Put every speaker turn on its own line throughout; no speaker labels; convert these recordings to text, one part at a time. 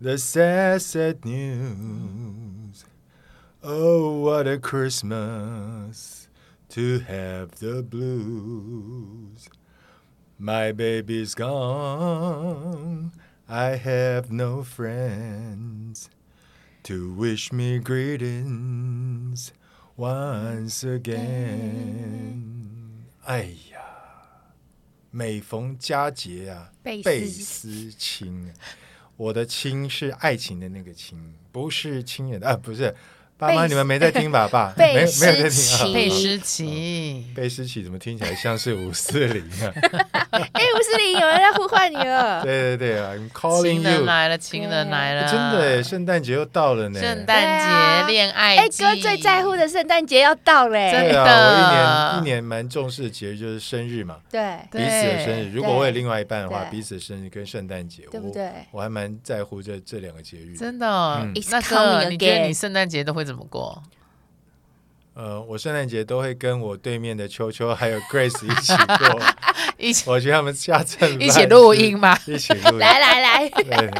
The sad, sad news. Oh, what a Christmas to have the blues. My baby's gone. I have no friends to wish me greetings once again. 哎呀，每逢佳节啊，
倍
倍
思
思亲啊。我的亲是爱情的那个亲，不是亲人的啊，不是。爸妈，
倍
你们没在听 吧？爸，没
倍
没有在
思亲
听啊。
被诗琪，
贝斯奇怎么听起来像是五四零 啊？
哎，吴思玲，有人在呼唤你了。
对对对啊，I'm
情
calling
人
you。哎
来了，情人来了，
真的耶，圣诞节又到了呢。
圣
对啊
诞节恋爱
哎，
季，
哥最在乎的圣诞节要到
真
嘞。
对
的
啊，我一年一年蛮重视的节日就是生日嘛，
对，
彼
对
此的生日。如果我有另外一半的话，
对
彼此的生日跟圣诞节，
对不
我
对
我还蛮在乎这这两个节日。
真的哦、
嗯
，It's
那
coming
个你觉
again
得你圣诞节都会怎么过？
呃，我圣诞节都会跟我对面的秋秋还有 Grace 一起过，
一起
我去他们家蹭
一起录音嘛，
一起录音。哎
来来来，
对，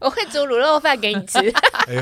我会煮卤肉饭给你 吃。
哎呦，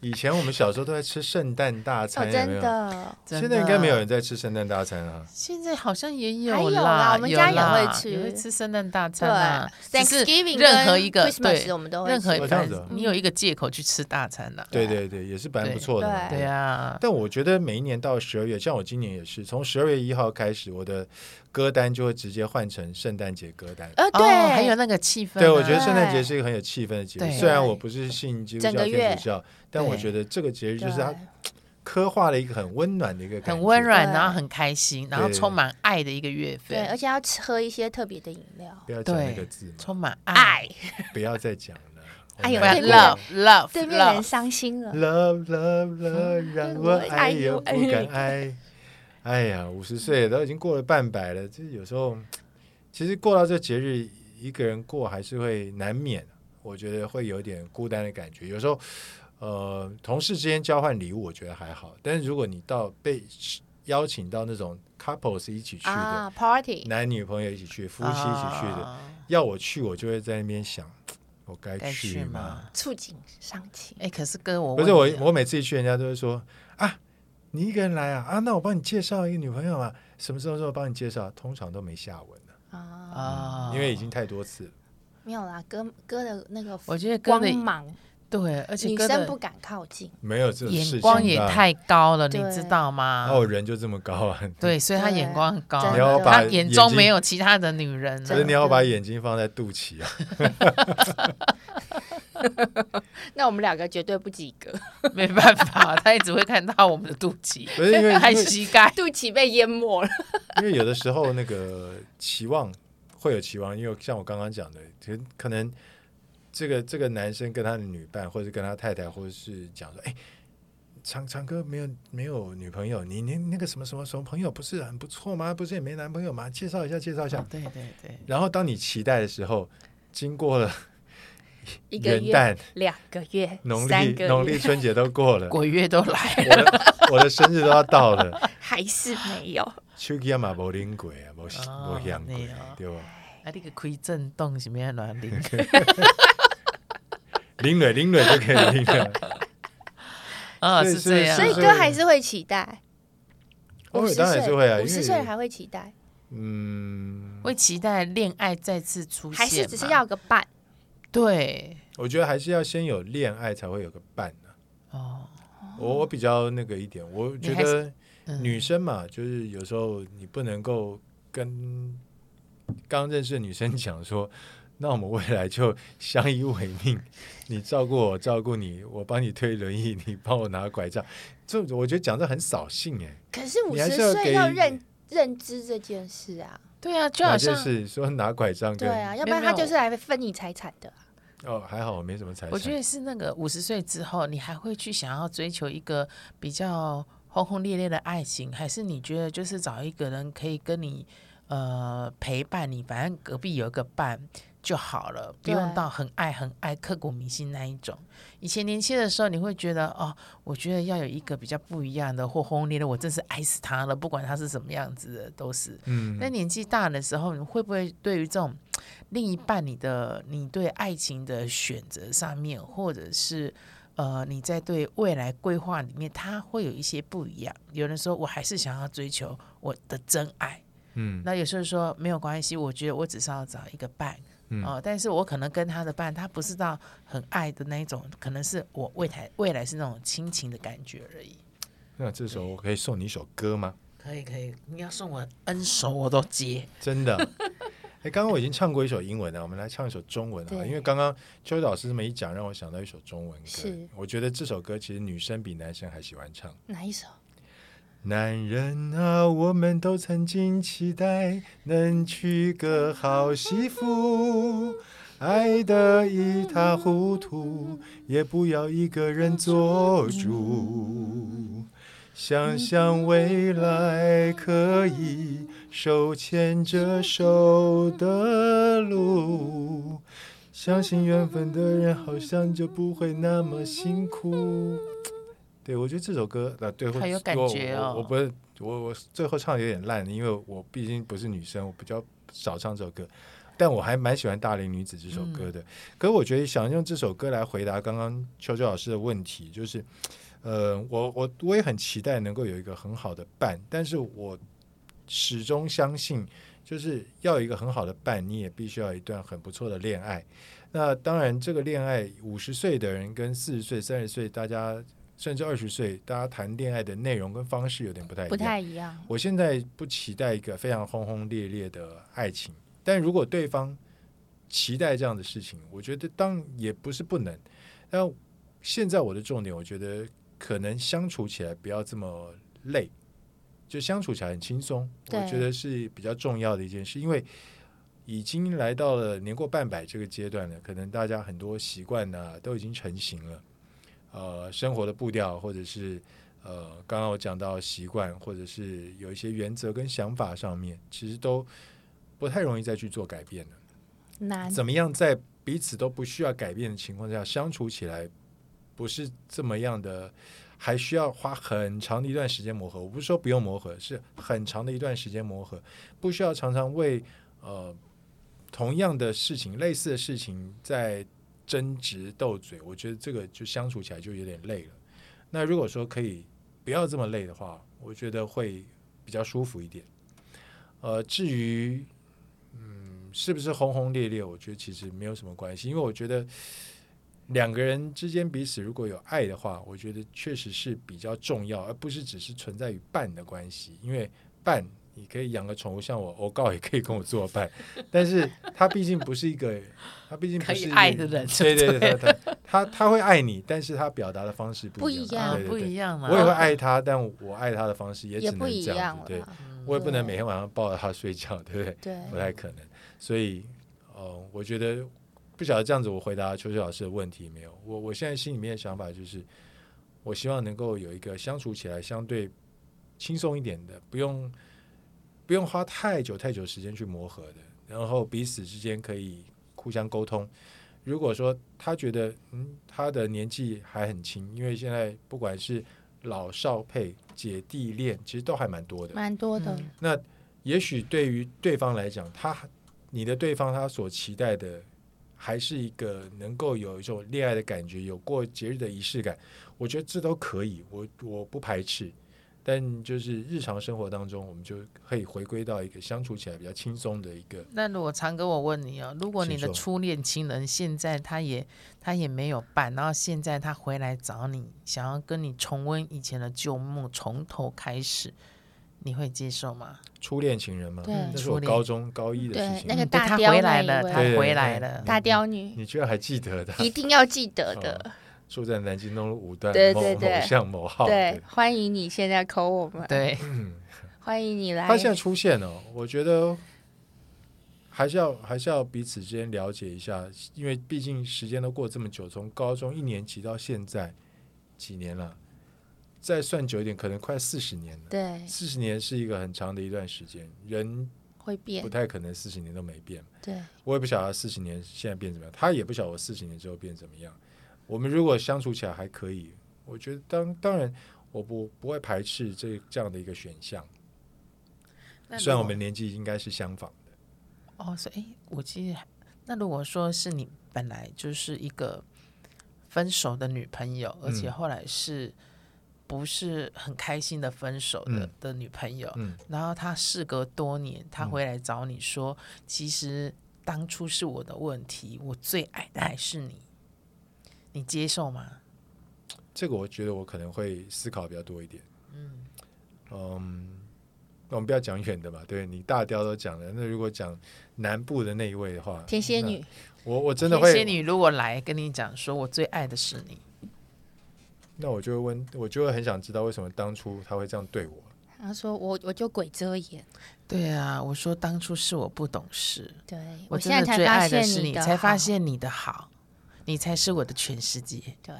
以前我们小时候都在吃圣诞大
哦，
餐，有没
真
有？
的。
真
现在应该没有，人在吃圣诞大餐啊。
现在好像也
还有
有
啦
啦，
我们家
有啦
也会吃
也会吃圣诞大
对
餐啊，只是
，Thanksgiving
任何一个
跟 Christmas
对
我们都会
任何
吃
哦
一
这样子
个
哦，
你有一个借口去吃大餐的、
对对对，也是蛮不错的嘛。
对啊，
但我觉得每一年到十二月，像我今年也是，从十二月一号开始，我的歌单就会直接换成圣诞节歌单。
呃，对，
哦，还有那个气氛啊、
对，我觉得圣诞节是一个很有气氛的节日。
对
虽然我不是信基督
整
教、
个
天
月
主教，但我
对
觉得这个节日就是它
对
刻画了一个很温暖的一个感觉，
很温
对
软，然后很开心，然后
对
充满爱的一个月
对，而
份，
且要吃喝一些特别的饮料。
不要讲那个
对
字，嘛，
充满爱，
爱，
不要再讲了。
哎呦
不然
对面
love love
对面人
love，
伤心了。
love love love，让我爱又不敢爱。哎呀，五十岁都已经过了半百了，这有时候其实过到这节日，一个人过还是会难免，我觉得会有点孤单的感觉。有时候，呃，同事之间交换礼物，我觉得还好，但是如果你到被邀请到那种 couples 一起去的，
啊，party，
男女朋友一起去，夫妻一起去的，
哦
啊
要我去，我就会在那边想，我该
该
去
去
吗？
吗？
触景伤情。
哎，可是哥，我
不是
问你
我，我每次一去，人家都会说啊，你一个人来啊啊，那我帮你介绍一个女朋友啊，什么时候时候帮你介绍，通常都没下文了、
啊，
啊，
嗯因为已经太多次了。
没有啦，哥哥的那个
我觉得哥
光
的
芒，
对，而且
女
哥
生不
的
敢靠近。
没有这种事
眼
情，
光也
吧，
太高了，你
对
知道吗
然？后我哦人就这么高啊，
对，所以他眼光很高
真，
你要
的
把
他
眼
眼中
睛
没有其他的女人
可
了
是你要把眼睛放在肚脐啊，
那我们两个绝对不及格，
没办法，他也只会看到我们的肚脐，
不是 因为因
还
为
膝盖。
肚脐被淹没了。
因为有的时候那个期望会有期望，因为像我刚刚讲的，可能可能这个这个男生跟他的女伴，或者跟他太太，或者是讲说，哎，长长哥没有没有女朋友，你你那个什么什么什么朋友不是很不错吗？不是也没男朋友吗？介绍一下，介绍一
嗯
下。
对对对，
然后当你期待的时候，经过了
一个
元
月、
旦、
两个月、
农
三
历
个
农历
月，
春节都过 了，
鬼月都来了，
我的我的生日都要到了，
还是没有。
手机也嘛无灵鬼啊，无
哦
无香鬼
这样
啊，对吧？
啊，那个亏震动什么样的 灵？
零蕊零蕊就可以零蕊，
啊，
所以
是这样
所
哎所以
以。哥还是会期待。
偶尔
50
当然是会啊，因
岁五
为
十岁还会期待，
嗯，
会期待恋爱再次出现吗，
还是只是要个伴？
对
我觉得还是要先有恋爱才会有个伴啊。
哦，
我我比较那个一点，我觉
你还
得
嗯
女生嘛，就是有时候你不能够跟刚认识的女生讲说，那我们未来就相依为命，你照顾我，照顾你，我帮你推轮椅，你帮我拿拐杖，这我觉得讲这很扫兴哎。
可是五
你还
十
是要
岁
给
要认认知这件事啊。
对啊，就
那
好
就
像
是说拿拐杖
对
跟
啊，要不然
没有
他就是来分你财产的啊。
哦，还好我没什么财
我觉
产，
得是那个五十岁之后，你还会去想要追求一个比较轰轰烈烈的爱情，还是你觉得就是找一个人可以跟你呃陪伴你，反正隔壁有一个伴就好了，不用
对
到很爱很爱刻骨铭心那一种。以前年轻的时候，你会觉得哦，我觉得要有一个比较不一样的或轰轰烈烈，我真是爱死他了，不管他是什么样子的，都是。
嗯
那年纪大的时候，你会不会对于这种另一半你的你对爱情的选择上面，或者是呃你在对未来规划里面，他会有一些不一样。有人说我还是想要追求我的真爱，
嗯
那有时候说没有关系，我觉得我只是要找一个伴
嗯
哦、但是我可能跟他的伴，他不是到很爱的那一种，可能是我未来未来是那种亲情的感觉而已。
那这首我可以送你一首歌吗？
可以可以，你要送我 N 首我都接。
真的。哎，刚刚我已经唱过一首英文了，我们来唱一首中文啊！
对
因为刚刚邱老师这么一讲，让我想到一首中文歌
是。
我觉得这首歌其实女生比男生还喜欢唱。
哪一首？
男人啊，我们都曾经期待能娶个好媳妇，爱得一塌糊涂，也不要一个人做主。想想未来可以手牵着手的路，相信缘分的人好像就不会那么辛苦。对，我觉得这首歌啊，对，
好有感觉
我
哦
我我不是我我最后唱的有点烂，因为我毕竟不是女生，我比较少唱这首歌。但我还蛮喜欢《大龄女子》这首歌
嗯
的，可是我觉得想用这首歌来回答刚刚秋秋老师的问题，就是，呃，我我我也很期待能够有一个很好的伴，但是我始终相信，就是要有一个很好的伴，你也必须要有一段很不错的恋爱。那当然，这个恋爱五十岁的人跟四十岁、三十岁，大家甚至二十岁，大家谈恋爱的内容跟方式有点不太一样。
不太一样。
我现在不期待一个非常轰轰烈烈的爱情，但如果对方期待这样的事情，我觉得当也不是不能。但现在我的重点，我觉得可能相处起来不要这么累，就相处起来很轻松，我
对
觉得是比较重要的一件事，因为。已经来到了年过半百这个阶段了，可能大家很多习惯呢、都已经成型了，呃，生活的步调或者是呃，刚刚我讲到习惯，或者是有一些原则跟想法上面，其实都不太容易再去做改变了。
难
怎么样在彼此都不需要改变的情况下相处起来，不是这么样的，还需要花很长的一段时间磨合。我不是说不用磨合，是很长的一段时间磨合，不需要常常为呃同样的事情、类似的事情在争执斗嘴。我觉得这个就相处起来就有点累了。那如果说可以不要这么累的话，我觉得会比较舒服一点。呃，至于嗯是不是轰轰烈烈，我觉得其实没有什么关系，因为我觉得两个人之间彼此如果有爱的话，我觉得确实是比较重要，而不是只是存在于伴的关系。因为伴你可以养个宠物，像我欧告也可以跟我作伴， 但是他毕竟不是一个，他毕竟不
可以
是一个
爱的人就
对对
对
对，他他他他会爱你，但是他表达的方式不一
不一样
样，
啊
对，对
不
对
一样嘛。
我也会爱他，但我爱他的方式也
也
只
不
能
一
这
样
样子。对，
了。
嗯
我也不能
对
每天晚上抱着他睡觉，对不对？
对，
不太可能。所以，呃，我觉得不晓得这样子我回答秋秋老师的问题没有？我我现在心里面的想法就是，我希望能够有一个相处起来相对轻松一点的，不用不用花太久太久时间去磨合的，然后彼此之间可以互相沟通。如果说他觉得嗯他的年纪还很轻，因为现在不管是老少配、姐弟恋，其实都还蛮多的。
蛮多的。
嗯
那也许对于对方来讲，他你的对方他所期待的，还是一个能够有一种恋爱的感觉，有过节日的仪式感，我觉得这都可以，我我不排斥。但就是日常生活当中，我们就可以回归到一个相处起来比较轻松的一个，
那如果长哥，我问你哦，如果你
请
的
说
初恋情人现在他也他也没有办，然后现在他回来找你，想要跟你重温以前的旧梦，从头开始，你会接受吗？
初恋情人嘛。
对
那是我
初恋
高中高一的事
对
情。
那个
嗯
大
他
雕
回
那
来
一
了，
位
他
对
回来
对
了。
大雕女
你居然还记得的，
一定要记得的，
住在南京东路五段
对
某
对对
某巷某号。
对，欢迎你现在扣我们，
对，
欢迎你来。
他现在出现哦，我觉得还是要还是要彼此之间了解一下，因为毕竟时间都过这么久，从高中一年级到现在几年了，再算久一点，可能快四十年了。
对
四十年是一个很长的一段时间，人
会变
不，太可能四十年都没变。
对
我也不晓得四十年现在变怎么样，他也不晓得我四十年之后变怎么样。我们如果相处起来还可以，我觉得当当然我不不会排斥这这样的一个选项，
那
虽然
如
我
果
们年纪应该是相仿。
哦，所以我记得，那如果说是你本来就是一个分手的女朋友，而
嗯
且后来是不是很开心的分手的、
嗯
的女朋友，
嗯
然后她事隔多年，她回来找你说，其实当初是我的问题，我最爱的还是你，你接受吗？
这个我觉得我可能会思考比较多一点。嗯那我们不要讲远的嘛，对你大雕都讲了，那如果讲南部的那一位的话，
天蝎女，
那，我我真的
天蝎
会，
女如果来跟你讲说，我最爱的是你，
那我就会问，我就会很想知道为什么当初他会这样对我。
她说我我就鬼遮眼，
对啊，我说当初是我不懂事，
对
我
现在才
真的最
发
爱的
现
是你，
的，
才发，现你的好，你才是我的全世界。
对，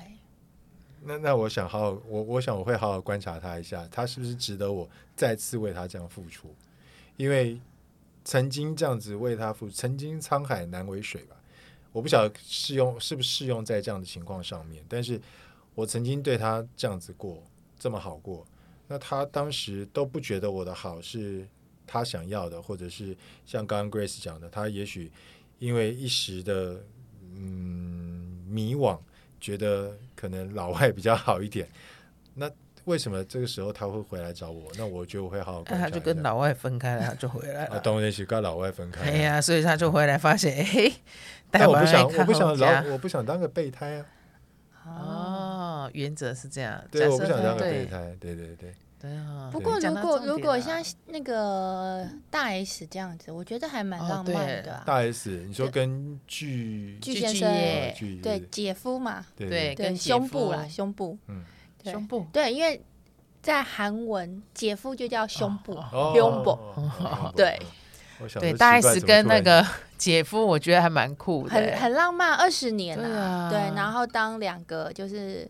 那那我想好好，我我想我会好好观察他一下，他是不是值得我再次为他这样付出？因为曾经这样子为他付，曾经沧海难为水吧。我不晓得适用是不是适用在这样的情况上面，但是我曾经对他这样子过，这么好过，那他当时都不觉得我的好是他想要的，或者是像刚刚 Grace 讲的，他也许因为一时的嗯迷惘，觉得可能老外比较好一点，那为什么这个时候他会回来找我？那我觉得我会好好
那、
观察
呃他
一下。
就跟老外分开了，他就回来
啊，
了。
当然是跟老外分开。啊
哎呀，所以他就回来发现，哎、 嘿，带
但我
回
不
来
想，
看
我不想
家
老，我不想当个备胎啊！
哦，原则是这样。
对，
假
我不
设
想
他
当个备
对
胎。对对对，
对啊。
不过
讲
如
到
果
重
如
点
果
了
像那个大 S 这样子，我觉得还蛮
哦
浪
对
漫的啊，
大 S，你说跟巨
巨
巨
先
巨
生
耶
啊巨
对姐夫嘛，
对
对
对跟姐
胸部啦，
夫
胸部，
嗯
对，
胸部
对，因为在韩文姐夫就叫胸部，
哦
Yumbo
哦哦哦
对
我想
对
说
大
奇怪
S
怎么
跟
突
那
然
个 姐夫，我觉得还蛮酷的、欸
很很浪漫，二十年
对啊
对，然后当两个就是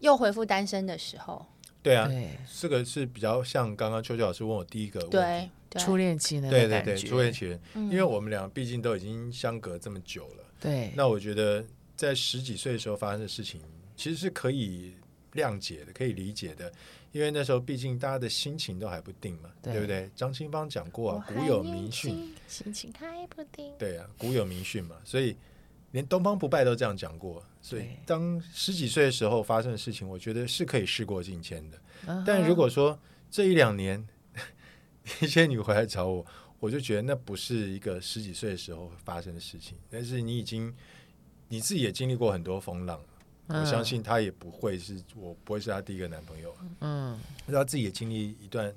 又恢复单身的时候，
对啊，
对
这个是比较像刚刚秋秋老师问我第一个问题
对，对啊
初恋期的
对
那
对
感
对，
觉
初恋情人，
嗯
因为我们俩毕竟都已经相隔这么久了，
对
那我觉得在十几岁的时候发生的事情，其实是可以谅解的，可以理解的，因为那时候毕竟大家的心情都还不定嘛，
对
对不对？张清芳讲过
我
啊，
还
古有
年
名训，
轻，心情还不定，
对啊，古有名训嘛，所以连东方不败都这样讲过。所以
对
当十几岁的时候发生的事情，我觉得是可以事过境迁的。
嗯哼
但如果说这一两年 一些女回来找我，我就觉得那不是一个十几岁的时候发生的事情。但是你已经你自己也经历过很多风浪了，
嗯
我相信她也不会是我不会是她第一个男朋友啊。
嗯
她自己也经历一段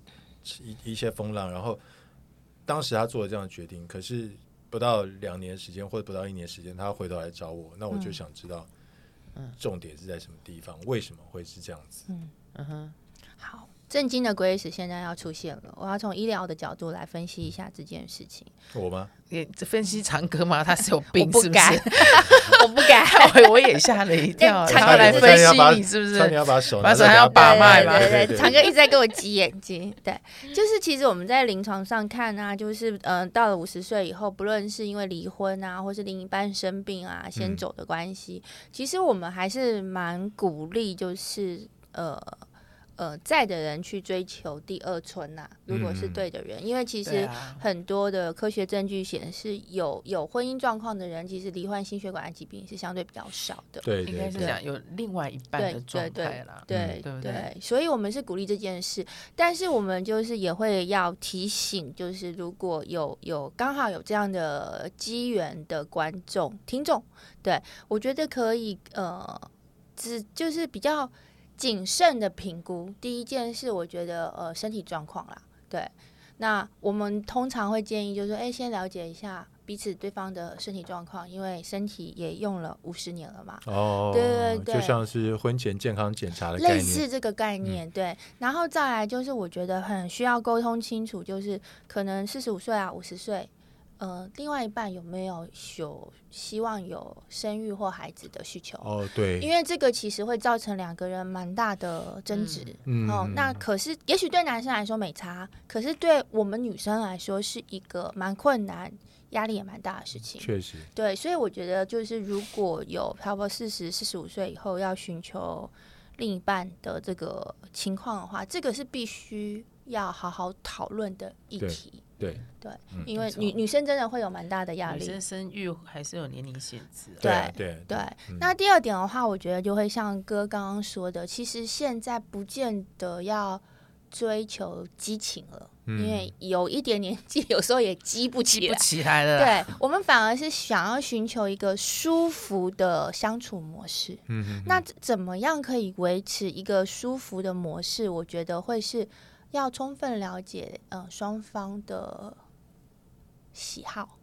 一一些风浪，然后当时她做了这样的决定，可是不到两年时间或者不到一年时间，她回头来找我，那我就想知道
嗯，
重点是在什么地方，为什么会是这样子？
嗯哼
好。震惊的 Grace 现在要出现了，我要从医疗的角度来分析一下这件事情。
我吗？
你这分析长歌吗？他是有
我
病
不
是不
敢
是？，
我不敢，
我我也吓了一跳，
哎唱
然
歌
后来
的
分
时候
析你是不
差点
是？
要把手
把
拿
手
在
还要
牙
把
齿
脉
上
吧
对对
对
对，
对
长哥一直在给我挤眼睛。对，就是其实我们在临床上看啊，就是嗯、呃到了五十岁以后，不论是因为离婚啊，或是另一半生病啊，先
嗯
走的关系，其实我们还是蛮鼓励，就是呃。呃，在的人去追求第二春呐、如果是
嗯
对的人，因为其
对
实
啊
很多的科学证据显示有，有婚姻状况的人，其实罹患心血管的疾病是相对比较少的。
对
应该
对
是
对，
讲有另外一半
对
的
对
状
对
态啦。
对、
嗯对不对
对所以我们是鼓励这件事，但是我们就是也会要提醒，就是如果有有刚好有这样的机缘的观众听众，对我觉得可以呃，只就是比较谨慎的评估。第一件事，我觉得呃身体状况啦，对。那我们通常会建议就是说，哎，先了解一下彼此对方的身体状况，因为身体也用了五十年了嘛，
哦，
对对对
就像是婚前健康检查的概
类
念，嗯
似这个概念，对。然后再来就是，我觉得很需要沟通清楚，就是可能四十五岁啊，五十岁，呃，另外一半有没有有希望有生育或孩子的需求？
哦，对，
因为这个其实会造成两个人蛮大的争执。
嗯
哦，那可是也许对男生来说没差，可是对我们女生来说是一个蛮困难、压力也蛮大的事情。
确实，
对，所以我觉得就是如果有差不多四十、四十五岁以后要寻求另一半的这个情况的话，这个是必须要好好讨论的议
对
题。
对，
对，
嗯
因为
没错
女女生真的会有蛮大的压
女
力。
生生育还是有年龄限制啊、
对啊
对
对
对，
嗯
那第二点的话，我觉得就会像哥刚刚说的，其实现在不见得要追求激情了，
嗯
因为有一点年纪，有时候也激不起
不
来。
起来了啦。
对我们反而是想要寻求一个舒服的相处模式。
嗯哼
那怎怎么样可以维持一个舒服的模式？我觉得会是要充分了解呃双方的喜好。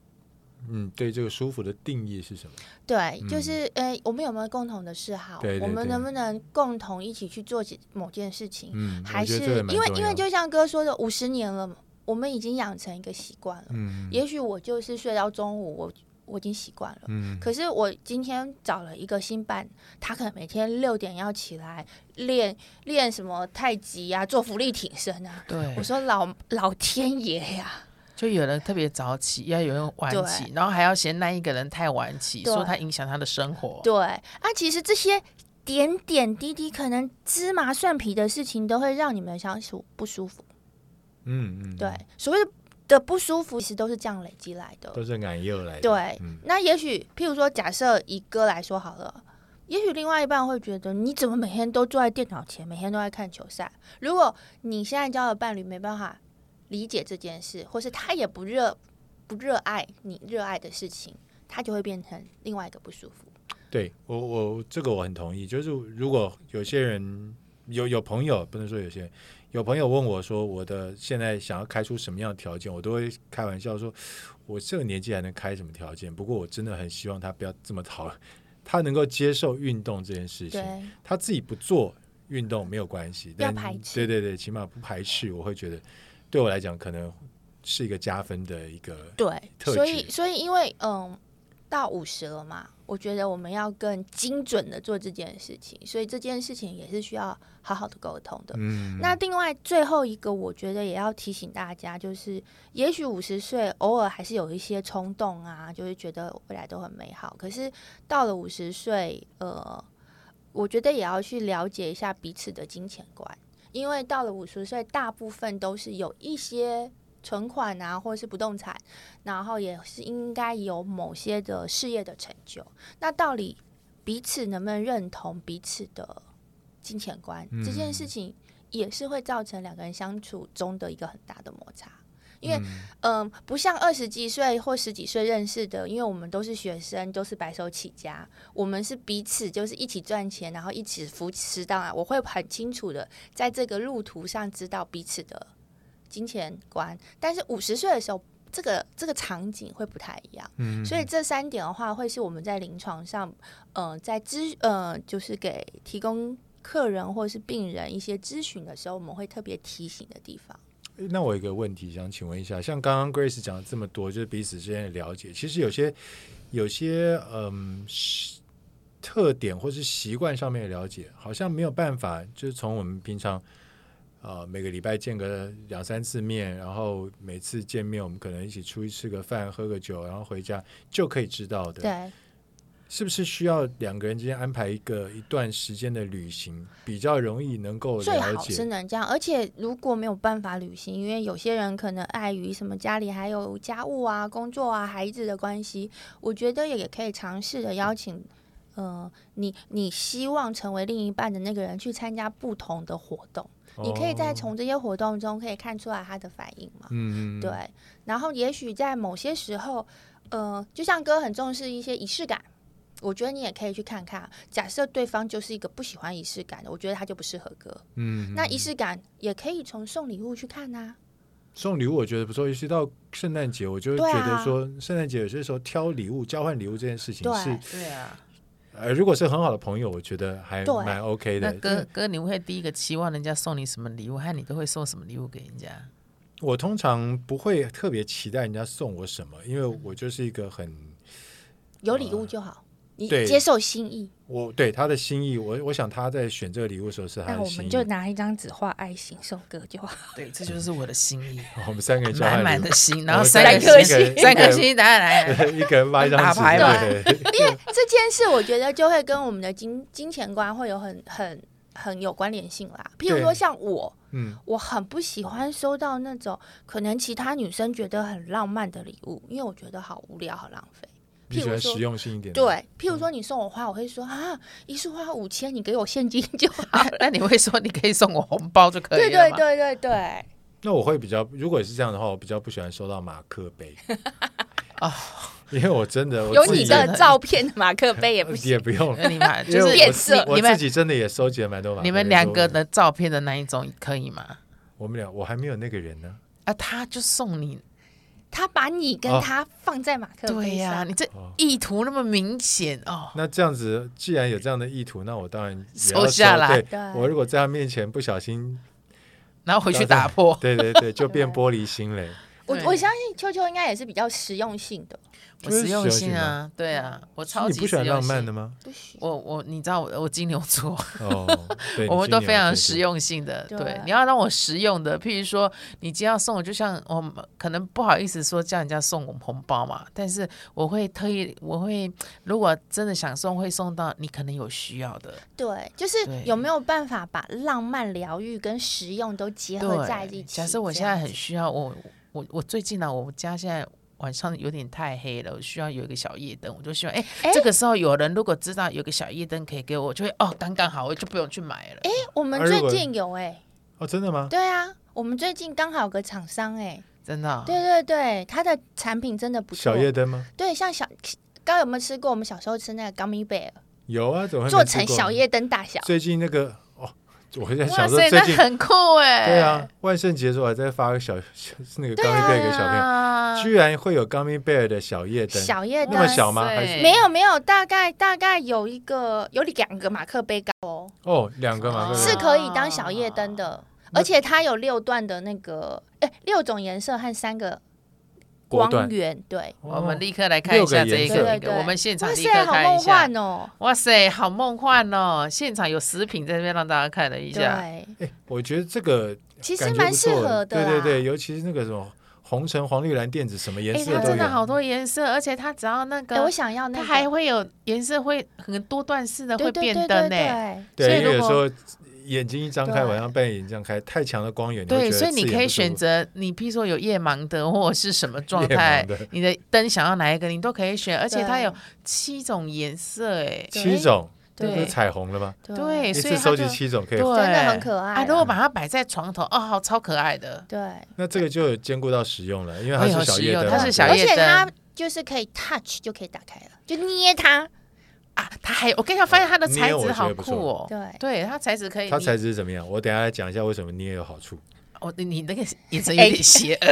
嗯，对这个舒服的定义是什么？
对，就
嗯
是呃，我们有没有共同的嗜好？
对对
我们
对
能不能共同一起去做起某件事情？
嗯，我
还
觉
是
得这个蛮
因为
重
因为
要嗯
就像哥说的，五十年了，我们已经养成一个习惯了。
嗯
也许我就是睡到中午，我我已经习惯了。
嗯
可是我今天找了一个新伴，他可能每天六点要起来练练什么太极啊，做浮力挺身啊。
对
哎
我，说老老天爷呀、
就有人特别早起，要有人晚起，然后还要嫌那一个人太晚起，
对
说他影响他的生活。
对啊，其实这些点点滴滴，可能芝麻蒜皮的事情，都会让你们相处不舒服。
嗯嗯，
对，，所谓的不舒服，其实都是这样累积来的。
都是俺又来的，
对
嗯
那也许，譬如说，假设以哥来说好了，也许另外一半会觉得，你怎么每天都坐在电脑前，每天都在看球赛？如果你现在交的伴侣没办法理解这件事，或是他也不热不热爱你热爱的事情，他就会变成另外一个不舒服。
对我我这个我很同意，就是如果有些人有有朋友不能说有些人有朋友问我说我的现在想要开出什么样的条件，我都会开玩笑说，我这个年纪还能开什么条件？不过我真的很希望他不要这么讨，他能够接受运动这件事情，
对
他自己不做运动没有关系，但
排斥
对对对，起码不排斥，我会觉得对我来讲可能是一个加分的一个，
对，
特
所以
质
所以因为嗯，到五十了嘛，我觉得我们要更精准的做这件事情，所以这件事情也是需要好好的沟通的。
嗯，
那另外最后一个，我觉得也要提醒大家，就是也许五十岁偶尔还是有一些冲动啊，就是觉得未来都很美好。可是到了五十岁，呃，我觉得也要去了解一下彼此的金钱观，因为到了五十岁，大部分都是有一些存款啊，或者是不动产，然后也是应该有某些的事业的成就。那到底彼此能不能认同彼此的金钱观、这件事情，也是会造成两个人相处中的一个很大的摩擦。因为，嗯、不像二十几岁或十几岁认识的，因为我们都是学生，都是白手起家，我们是彼此就是一起赚钱，然后一起扶持到啊，我会很清楚的在这个路途上知道彼此的金钱观。但是五十岁的时候，这个这个场景会不太一样。
嗯
所以这三点的话，会是我们在临床上，呃，在咨呃，就是给提供客人或是病人一些咨询的时候，我们会特别提醒的地方。
诶那我有一个问题想请问一下，像刚刚 Grace 讲了这么多，就是彼此之间的了解，其实有些有些嗯是特点或是习惯上面的了解，好像没有办法，就是从我们平常呃每个礼拜见个两三次面，然后每次见面我们可能一起出去吃个饭、喝个酒，然后回家就可以知道的，
对，
是不是需要两个人之间安排一个一段时间的旅行，比较容易能够
最
了
好是
解？
能这样。而且如果没有办法旅行，因为有些人可能碍于什么家里还有家务啊、工作啊、孩子的关系，我觉得也可以尝试的邀请。呃，你你希望成为另一半的那个人去参加不同的活动，你可以在
哦
从这些活动中可以看出来他的反应嘛？
嗯嗯嗯
对，然后也许在某些时候，呃，就像哥很重视一些仪式感，我觉得你也可以去看看。假设对方就是一个不喜欢仪式感的，我觉得他就不适合哥。
嗯
那仪式感也可以从送礼物去看啊呐、
送礼物我觉得不错，尤其到圣诞节，我就会
对
觉
啊
得说，圣诞节有些时候挑礼物、交换礼物这件事情
对
是，
对啊，
呃，如果是很好的朋友，我觉得还
对
蛮 OK
那
的。
哥哥，你会第一个期望人家送你什么礼物，和你都会送什么礼物给人家？
我通常不会特别期待人家送我什么，因为我就是一个很
有礼物就好，你
哦对
接受心意。
我对他的心意，我我想他在选这个礼物的时候是他
那
的
我
心
们
意。
就拿一张纸画爱心送哥就好。
对，这就是我的 心意，
我们三个人交
满
换
满
礼
的
物
心，
我
然后
们
三
三
个
颗
心，
星
三颗心，打下来。
一个人发一张
打
纸，
牌
嘛
对对对
这件事我觉得就会跟我们的金金钱观会有很很很有关联性啦。譬如说
对
像我，
嗯，
我很不喜欢收到那种可能其他女生觉得很浪漫的礼物，因为我觉得好无聊、好浪费。
你喜
譬如
欢
说
实用性一点的，
对，譬如说
嗯
你送我花，我会说啊，一束花五千，你给我现金就好了。
那你 会说你可以送我红包就可以
对
了
对
吗？
对对对，
那我会比较，如果是这样的话，我比较不喜欢收到马克杯
哦
因为我真的我
有
自己
你的
也
照片的马克杯也不
也
行。
不用，
那你们
因为
就
我
是
变色
我
你
自
们
己真的也收集了蛮多马克杯。
你们两个
所以
的照片的那一种可以吗？
我，我们俩我还没有那个人呢。
啊，他就送你，
他把你跟
哦
他放在马克
对
杯
呀、
上，
你这
哦
意图那么明显哦，
那这样子，既然有这样的意图，那我当然也要
收下来
对
对
我如果在他面前不小心，
然后回去打破。
对对对，就变玻璃心 嘞。
我
对
我相信秋秋应该也是比较实用性的，
我
就是
实用
实用
性
性
啊，对啊，我超
你
级
不喜
实
欢
用
浪漫的
性。
吗？
不行。
我我你知道我我金牛座，
哦，对，
我
你
们
金
都
牛
非常
对
实
对
用性的，
对
对，你要让我实用的，譬如说你今天要送我，就像我们可能不好意思说叫人家送我们红包嘛，但是我会特意，我会如果真的想送，会送到你可能有需要的，
对，就是
对
有没有办法把浪漫、疗愈跟实用都结合在一
对。
起？
假设我
这
现在
样
很
子
需要，我我我最近呢、我家现在。晚上有点太黑了，我需要有一个小夜灯，我就希望，哎、
哎
这个时候有人如果知道有个小夜灯可以给我，我就会哦，刚刚好，我就不用去买了。哎、
诶我们
而
最
如果
近有哎、
哦，真的吗？
对啊，我们最近刚好有个厂商哎、
真的、哦，
对对对，它的产品真的不错。
小夜灯吗？
对，像小刚有没有吃过？我们小时候吃那个 gummy bear，
有啊，怎么会没
做
吃
成
过
小夜灯大小。
最近那个哦，我在
哇
想说
塞，
最
那
近
很酷哎、
对啊，万圣节的时候还在发个小那个 gummy bear 给小朋友，
啊
居然会有 gummy bear 的小夜灯，
小夜灯
那么小吗？
哇塞
还是
没有没有，大概大概有一个有两个马克杯高哦，
哦，两个马克
对
是
杯
可以当小夜灯的，
那
而且它有六段的那个，哎，六种颜色和三个
果
光
断，
源，对。
哦
我们立刻来看一下这一
六个
个，
颜色
一个我们现场
哇
立刻
塞，好
看一
梦
下。
幻哦！
哇塞，好梦幻哦！现场有食品在这边让大家看了一下，
对，
哎，我觉得这个
其
感
实
觉
蛮
不
适
错
合的啦。
对对对，尤其是那个什么红橙黄绿蓝靛紫，什么颜
哎，
色
它
都
真的好
有。
多颜色，而且它只要那
哎，
个
我，想要那
它
个，
还会有颜色会很多段式的
对
会
对
变
对
灯欸
对
对，
对，
呢。所以
因为
如
有时
果
候眼睛一张开，
对
晚上半夜眼睛这样开，太强的光源，会觉
对，
得
所以你
刺眼
可以
不舒服
选择，你譬如说有夜盲的或者是什么状
夜
态
盲的，
你的灯想要哪一个，你都可以选，而且它
对
有七种颜色，哎，
七种，这
对
不是彩虹了吗？
对，
一
所以
次
它
收
就
集七种可以
对，
真的很可爱
啊！
啦
如果把它摆在床头，哦，好超可爱的。
对，
那这个就有兼顾到实用了，因为它
哎呦
是小
实
夜
用
灯嘛，
它是小
而
夜
且
灯
它就是可以 touch 就可以打开了，就捏它。
啊，它还有我跟你讲，发现它的材
捏我觉
质
得
好
不
酷
错
哦。
对
对，它材质可以。
它
你
材质是怎么样？我等一下来讲一下为什么捏有好处。
哦，你你那个眼神有
哎
点邪 恶，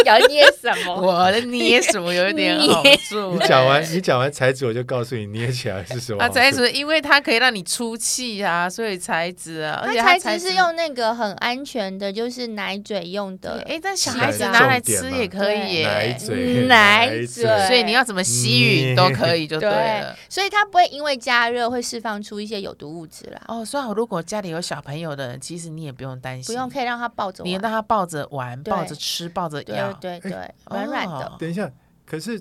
你要捏什么？
我的捏什么 有点好处。
你讲完，你讲完材质，我就告诉你捏起来是什么 好
啊，
处。
材质因为它可以让你出气啊，所以材质啊，而且
它材
材
质是用那个很安全的，就是奶嘴用的。
哎，但小
是
孩
的
子拿来
重点
吃
嘛
也嗯可以
奶
耶，
嘴，
奶
嘴，
嘴
所以你要怎么吸吮都可以就对了。，
所以它不会因为加热会释放出一些有毒物质啦，
哦，所以如果家里有小朋友的人，其实你也不用担
不
心，
用可以让它抱着
你
玩
让。他抱着玩，
对
抱着吃，抱着
对
咬，
对对，
哦
软软的。
等一下，可是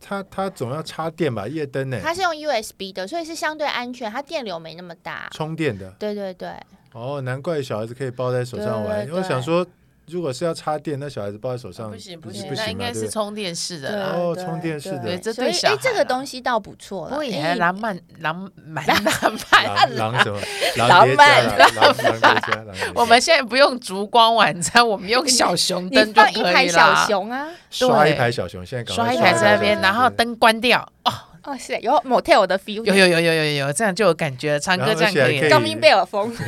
它它总要插电吧？夜灯呢？
它是用 USB 的，所以是相对安全，它电流没那么大。
充电的。
对对对，
哦，难怪小孩子可以抱在手上玩。
对对对
我想说，如果是要插电，那小孩子抱在手上
啊不行
不
不
行
不
那
行
应
嘛，
该
对
是
不对？
充电式
对
的。，
哦充电式的
对这
所
对
以
小
哎，
孩
这
啦
个东西倒不错
不
了。
过也
哎
还浪漫，浪蛮浪漫。
狼狼 什么？
浪
叠加
漫
啦，狼狼叠加，狼叠加
我们现在不用烛光晚餐，我们用小熊
你
灯就
放一
可
排
以
小
了。
熊啊，
刷一
对
排小熊，现在赶
刷
快
一台
小
在那
熊
边，然后
灯，
灯关掉。哦，
哦是有 motel 的 feel，
有有有有有有有，这样就有感觉了。唱
然
歌
后
这样
而且还
可以
可
了
以，
高明贝尔风。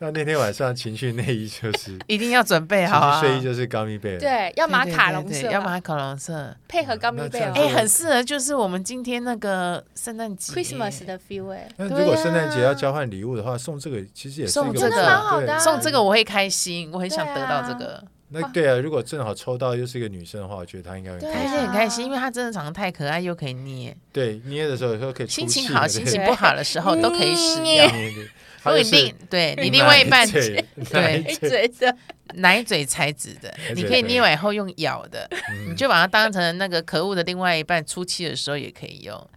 那那天晚上情趣内衣就是，
一定要准备
情
好啊。
趣睡衣就是高密贝尔。
对，要
对
马
对
卡
对
龙
对
色吧，
要马卡龙色。
配合高
那
明
这
贝尔
样
哎，
子
很适合，就是我们今天那个圣诞节
Christmas 的 feel 哎、
那
对
如果圣诞节
呀
要交换礼物的话，送这个其实也是一
送
个不
这
错
个
真的蛮好的啊
对
送这个我会开心，我很想得到这
对
个。
那对啊，如果正好抽到又是一个女生的话，我觉得她应该会
对
开
他
心。
是很开心，因为他真的长得太可爱，又可以捏，
对，捏的时候有时候可以出
心情
气
好、
对
心
不
情
对
不好的时候都可以使用。
捏 捏还
不
有
一
是
定，对你另外一
奶
半
嘴
对
奶嘴
觉得
奶嘴材质的，
嘴嗯
你可以捏完以后用咬的，你就把它当成那个可恶的另外一半出气的时候也可以用。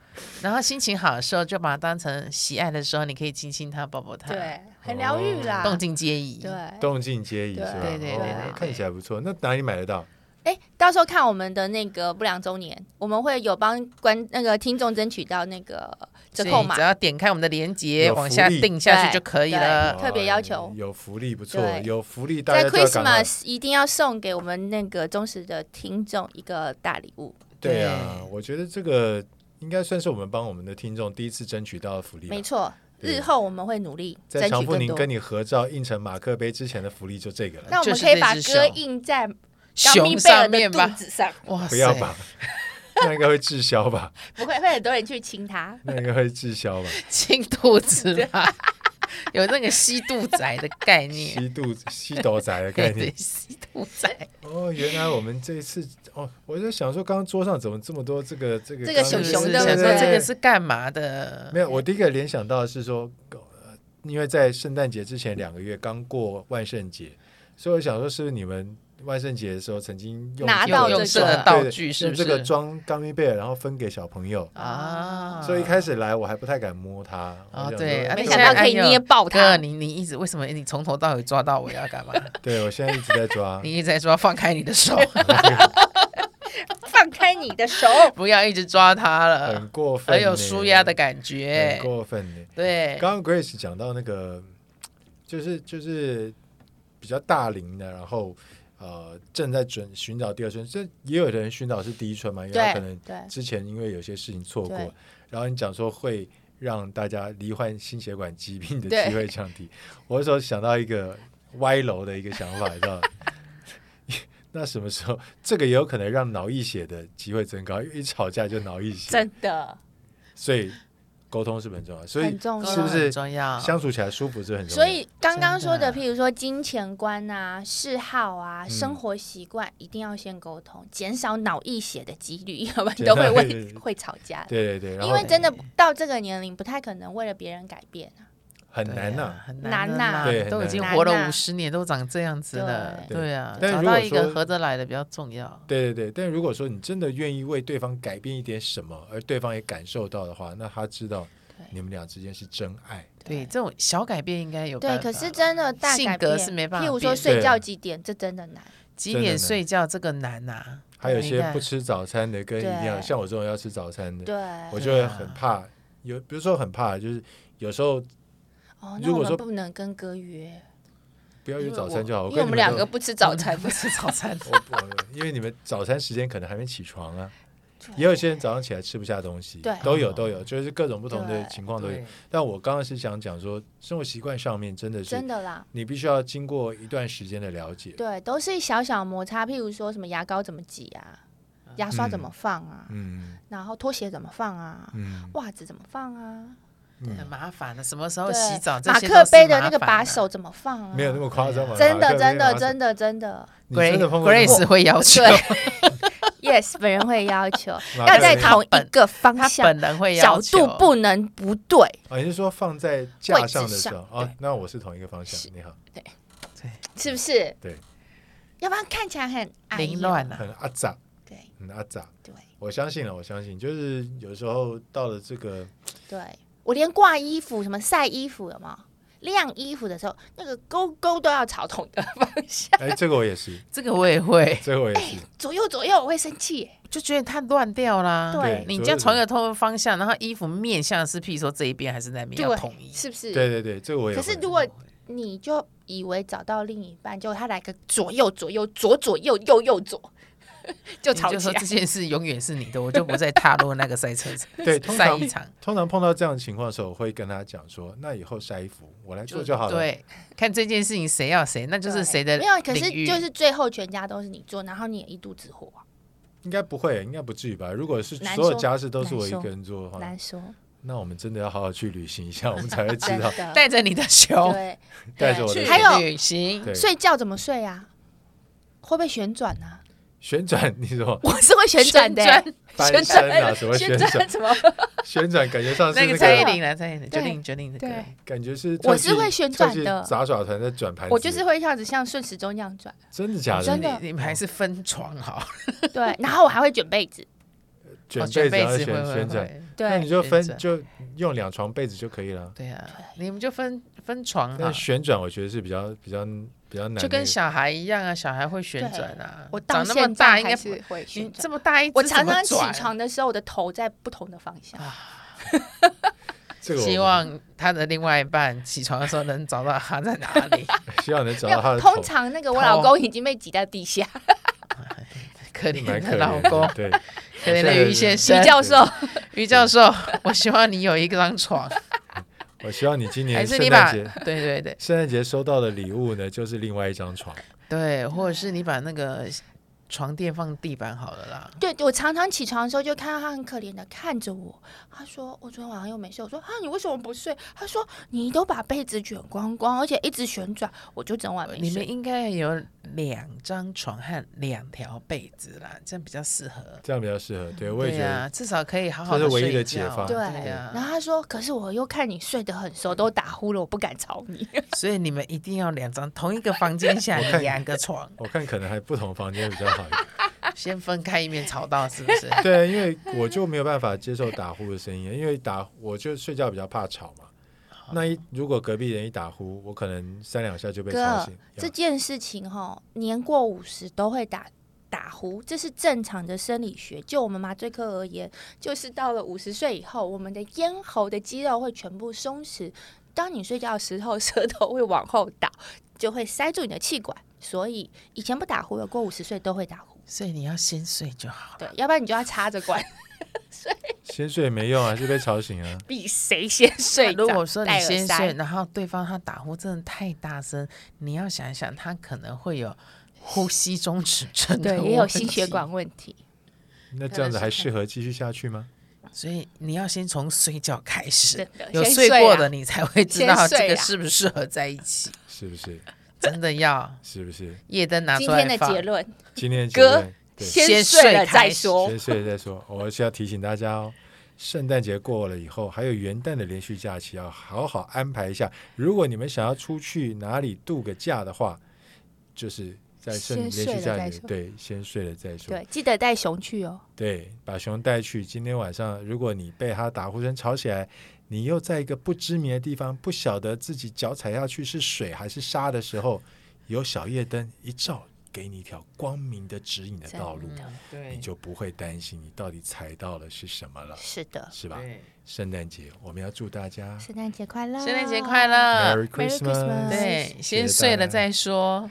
然后心情好的时候就把它当成喜爱的时候，你可以亲亲它、抱抱它，，
对，很疗愈啦，
动静皆宜。
对，
动静皆宜是
对
吧？
对对
哦
对对
看起来不错。那哪里买得到？
哎，到时候看我们的那个不良周年，我们会有帮观那个听众争取到那个折
所
扣
以
码
只，要点开我们的链接，
有
往
福
下
利
定下去
对
就可以
对
了。
呃特别要求
哦有福利不错，
对
有福利大
在
家就要赶快。
Christmas 一定要送给我们那个忠实的听众一个大礼物，
对啊，我觉得这个应该算是我们帮我们的听众第一次争取到的福利吧。
没错。
啊对
日后我们会努力争
在常
取
富
更
宁
多。
跟你合照印成马克杯之前的福利就这个了，
那我们
就是
可以把
这只
歌
手
印在高米
熊
贝尔
上
的
面
肚
吧，
子上，
哇
不要
塞，
吧？ 那应该会滞销吧？
不会会很多人去亲它。
那应该会滞销吧？
亲肚 子吧，有那个吸肚仔的概念，
吸 肚子、吸斗仔的概
对
念
对，。吸肚仔，
哦，原来我们这一次哦，我在想说，刚刚桌上怎么这么多这个这个
这个
刚
熊
刚
熊
是
的
想
对
说
不
这
对
个是干嘛的
没？有，我第一个联想到的是说，呃因为在圣诞节之前两个月刚过万圣节，所以我想说，是不是你们万圣节的时候曾经用
拿
这
到
个
用
这
用这
个
个道具是
用
不
这个
是？
装钢笔贝尔，然后分给小朋友？
啊，
所以一开始来我还不太敢摸它。
啊
我想
对
说哎
啊
没
你
想
现在
到可以
按钮
捏爆
哥，
它，
哦你你一直为什么你从头到尾抓到我 要干嘛？
对我现在一直在抓。
你一直在说放开你的手，
放开你 的手。
不要一直抓
很
它了，
过分
很
呢，
有舒压的感
很
觉。欸
过分呢。
哎
对，
刚刚 Grace 讲到那个，就是就是比较大龄的，然后呃正在准寻找第二春，这也有的人寻找是第一春嘛，因为他
对
可能
对
之前因为有些事情错过
对，
然后你讲说会让大家罹患心血管疾病的
对
机会降低，我那时候想到一个歪楼的一个想法，你知道吗？ 那什么时候这个也有可能让脑溢血的机会增高？因为一吵架就脑溢血，
真的
所以沟通是不是很重要。所以
很重
是不
要。
是
很重要？
相处起来舒服是很重要
啊所
的。
以刚刚说的，
真
譬如说金钱观啊、嗜好啊、
嗯
生活习惯，一定要先沟通，减少脑溢血的几率， 要不然都会 为
对
会吵架。
对对对，然
因
后
为真的到这个年龄，不太可能为了别人改变啊。
很
对
难呐、
啊，很
难
的
呐
啦
对很
都已
难
经
难
活了
呐
五十年，都长这样子了，
对
对啊，
但
找
如果
到一个
说
合得来的比较重要。
啊
对对对，但如果说你真的愿意为对方改变一点什么，而对方也感受到的话，那他知道
对
你们俩之间是真爱。
对，这种小改变应该有
对，
办
可
法
是真
嗯
的大
性
改
格
变
是没办法
譬如说
变
睡
对
觉几点，这真的难。
几
真的
点
呢
睡觉这个难呐，
还有一
对
些
你
不
看
吃早餐的，跟一定要
对
像我这种要吃早餐的，
对，
我
对
就会
啊
很怕。有比如说很怕，就是有时候
哦，
如
那
果
我
说
们不能跟哥 约，
不要
因
约
为
早餐
我
就好。
因
跟
为我
你
们两
都
个，不吃早餐。
，
不吃早餐
我不因为你们早餐时间可能还没起床啊，也有些人早上起来吃不下东西，
对
都有都有，就是各种不同的
对
情况都有
对。
但我刚刚是想讲说，生活习惯上面真的是
真的啦。
你必须要经过一段时间的了解。
对，都是小小摩擦，譬如说什么牙膏怎么挤啊，牙刷怎么放啊，
嗯
然后拖鞋怎么放啊，
嗯，
袜子怎么放啊，
很麻烦的。什么时候
对
洗澡？这
马
些
克
都是
杯的
麻
那个
烦
把
啊
手怎么放啊？
没有那么夸张吧？
真的，真的，
的，
真的，真的
你真的碰过
Grace Grace 会要求，
，yes，本人会要求
马
要
克
在
杯
同一个方
他
向，
本人会
角
要
度
求，
不能不对。
哦，你是说放在架上的时候
位置上
哦？那我是同一个方向，你好，
是不是？
对，
要不然看起来很哎呦
凌乱。啊。
很阿杂，
对
很阿杂。
对
我相信了，我相信，就是有时候到了这个，
对，我连挂衣服、什么晒衣服有没有？晾衣服的时候，那个勾勾都要朝同一个方向，
哎，这个我也是，
这个我也会，
这个我也是，
左右左右我会生气耶。
就觉得它乱掉啦。
对
对，
你
所
这样
以
从一个通方向，然后衣服面向是，譬如说这一边还是那边要统一
对，。是不是？
对对对，这个我也
可
会。
是如果你就以为找到另一半，结果他来个左右左右左左右右右左， 就
你
吵
就
起
说
来
这。件事永远是你的，我就不再踏入那个赛车场
对，通
赛
常
一场。
通常碰到这样的情况的时候，我会跟他讲说，那以后晒衣服我来 做就好了。
对，看这件事情谁要谁，那就是谁的
没有，可
领
是
域
就是最后全家都是你做，然后你也一肚子火，
应该不会，应该不至于吧？如果是
难
所有
说
家事都是
难
我一
说
个人做的
哦
话，
难说，
那我们真的要好好去旅行一 下，我们才会知
真
道
的。
带着你的熊
对，
带着我的
去
还有
旅行。
对
睡觉怎么睡啊？会不会旋转啊？
旋转，你说
我是会旋转的、欸
旋
翻身啊？什么旋
旋
转
转？什么？
旋转感觉上是
那
那
个蔡依
个，
林啊，蔡依林
对
决定决定的歌，
对
感觉是
我
特技
是会旋转
特技
的
杂耍团在转盘子。
我就是会这样子，像顺时钟那样转。
真的假的？
真的
你你们还是分床好，
对，然后我还会卷被子，
卷
哦卷
被
被
子
子
然后旋
会会
旋转
会，
那
对
你就分
旋转
就用两床被子就可以了。
对啊，你们就分分床
但
啊，
旋转我觉得是比较比较比较难的，
就跟小孩一样啊，小孩会旋转啊。
我到
长那
现
么大
在
应
还
该
是
不，
会
你
旋转
这么大一只
我常
怎么
常起
转
床的时候，我的头在不同的方向。
这个我
希望他的另外一半起床的时候能找到他在哪 里，
希望能找
没
到他
有，
的
通
头，
常那个我老
头
公已经被挤在地下，
可怜
蛮可
的
怜
老
的
公，
对，
可怜的于先
徐
生，
教授。
于教授，我希望你有一张床，
我希望你今
还
年
是
圣
你把
诞节
对对对
圣诞节收到的礼物呢，就是另外一张床。
对，或者是你把那个床垫放地板好了啦。
对，我常常起床的时候就看到他很可怜的看着我。他说：“我昨天晚上又没睡。”我说：“啊，你为什么不睡？”他说：“你都把被子卷光光，而且一直旋转，我就整晚没
你们
睡。
应该有两张床和两条被子啦，这样比较适合。
这样比较适合。对，我也
对
觉得
啊，至少可以好好
这
的
是唯一的
睡
解
觉。
放
对
啊，
然后他说：“可是我又看你睡得很熟，都打呼了，我不敢吵你。
所以你们一定要两张同一个房间下
我看
两个床，
我看可能还不同房间比较好一点。
先分开一面吵到，是不是？
对，因为我就没有办法接受打呼的声音，因为打我就睡觉比较怕吵嘛。那一如果隔壁人一打呼，我可能三两下就”被吵
哥
醒。，
这件事情哈、年过五十都会打。打呼，这是正常的生理学。就我们麻醉科而言，就是到了五十岁以后，我们的咽喉的肌肉会全部松弛。当你睡觉的时候， 舌头会往后倒，就会塞住你的气管。所以以前不打呼的，过五十岁都会打呼。
所以你要先睡就好。
对，要不然你就要插着 管，
先睡没用啊，是被吵醒 啊。
比谁先 睡
那
着。
如果说你
戴耳
先
塞
睡，然后对方他打呼真的太大声，你要想一想，他可能会有呼吸中止症，
对，也有心血管。问题。
那这样子还适合继续下去吗？
所以你要先从睡觉开始
真，的，
有
先
睡
啊
过的，你才会知
先
道
睡
这个
啊
适不适合在一起。
是不是？
真的要
是不是？
夜灯拿
今
出来
天的
放
结论，
今 天的结
哥
论对，
先
先
睡
睡
了再
开始
说。
先睡再说。我是要提醒大家哦，圣诞节过了以后，还有元旦的连续假期，要好好安排一下。如果你们想要出去哪里度个假的话，就是在圣连
先睡
续
了
假
再
期，
说
对，先睡了再说。
对，记得带熊去哦。
对，把熊带去。今天晚上，如果你被它打呼声吵起来，你又在一个不知名的地方，不晓得自己脚踩下去是水还是沙的时候，有小夜灯一照，给你一条光明的指引的道路。
嗯对
你就不会担心你到底踩到了是什么了，
是的，
是吧？
对
圣诞节我们要祝大家
圣诞节快乐，
圣诞节快！乐！
Merry
Christmas
谢
对，
谢
先睡
大
了
家
再说。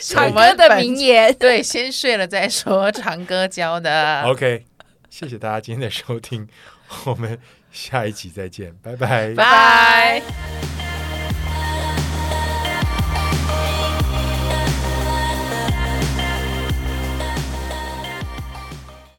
唱
我们
歌的
本
名言，
对，先睡了再说，长哥教的。
OK，谢谢大家今天的收听，我们下一集再见，拜拜。
拜。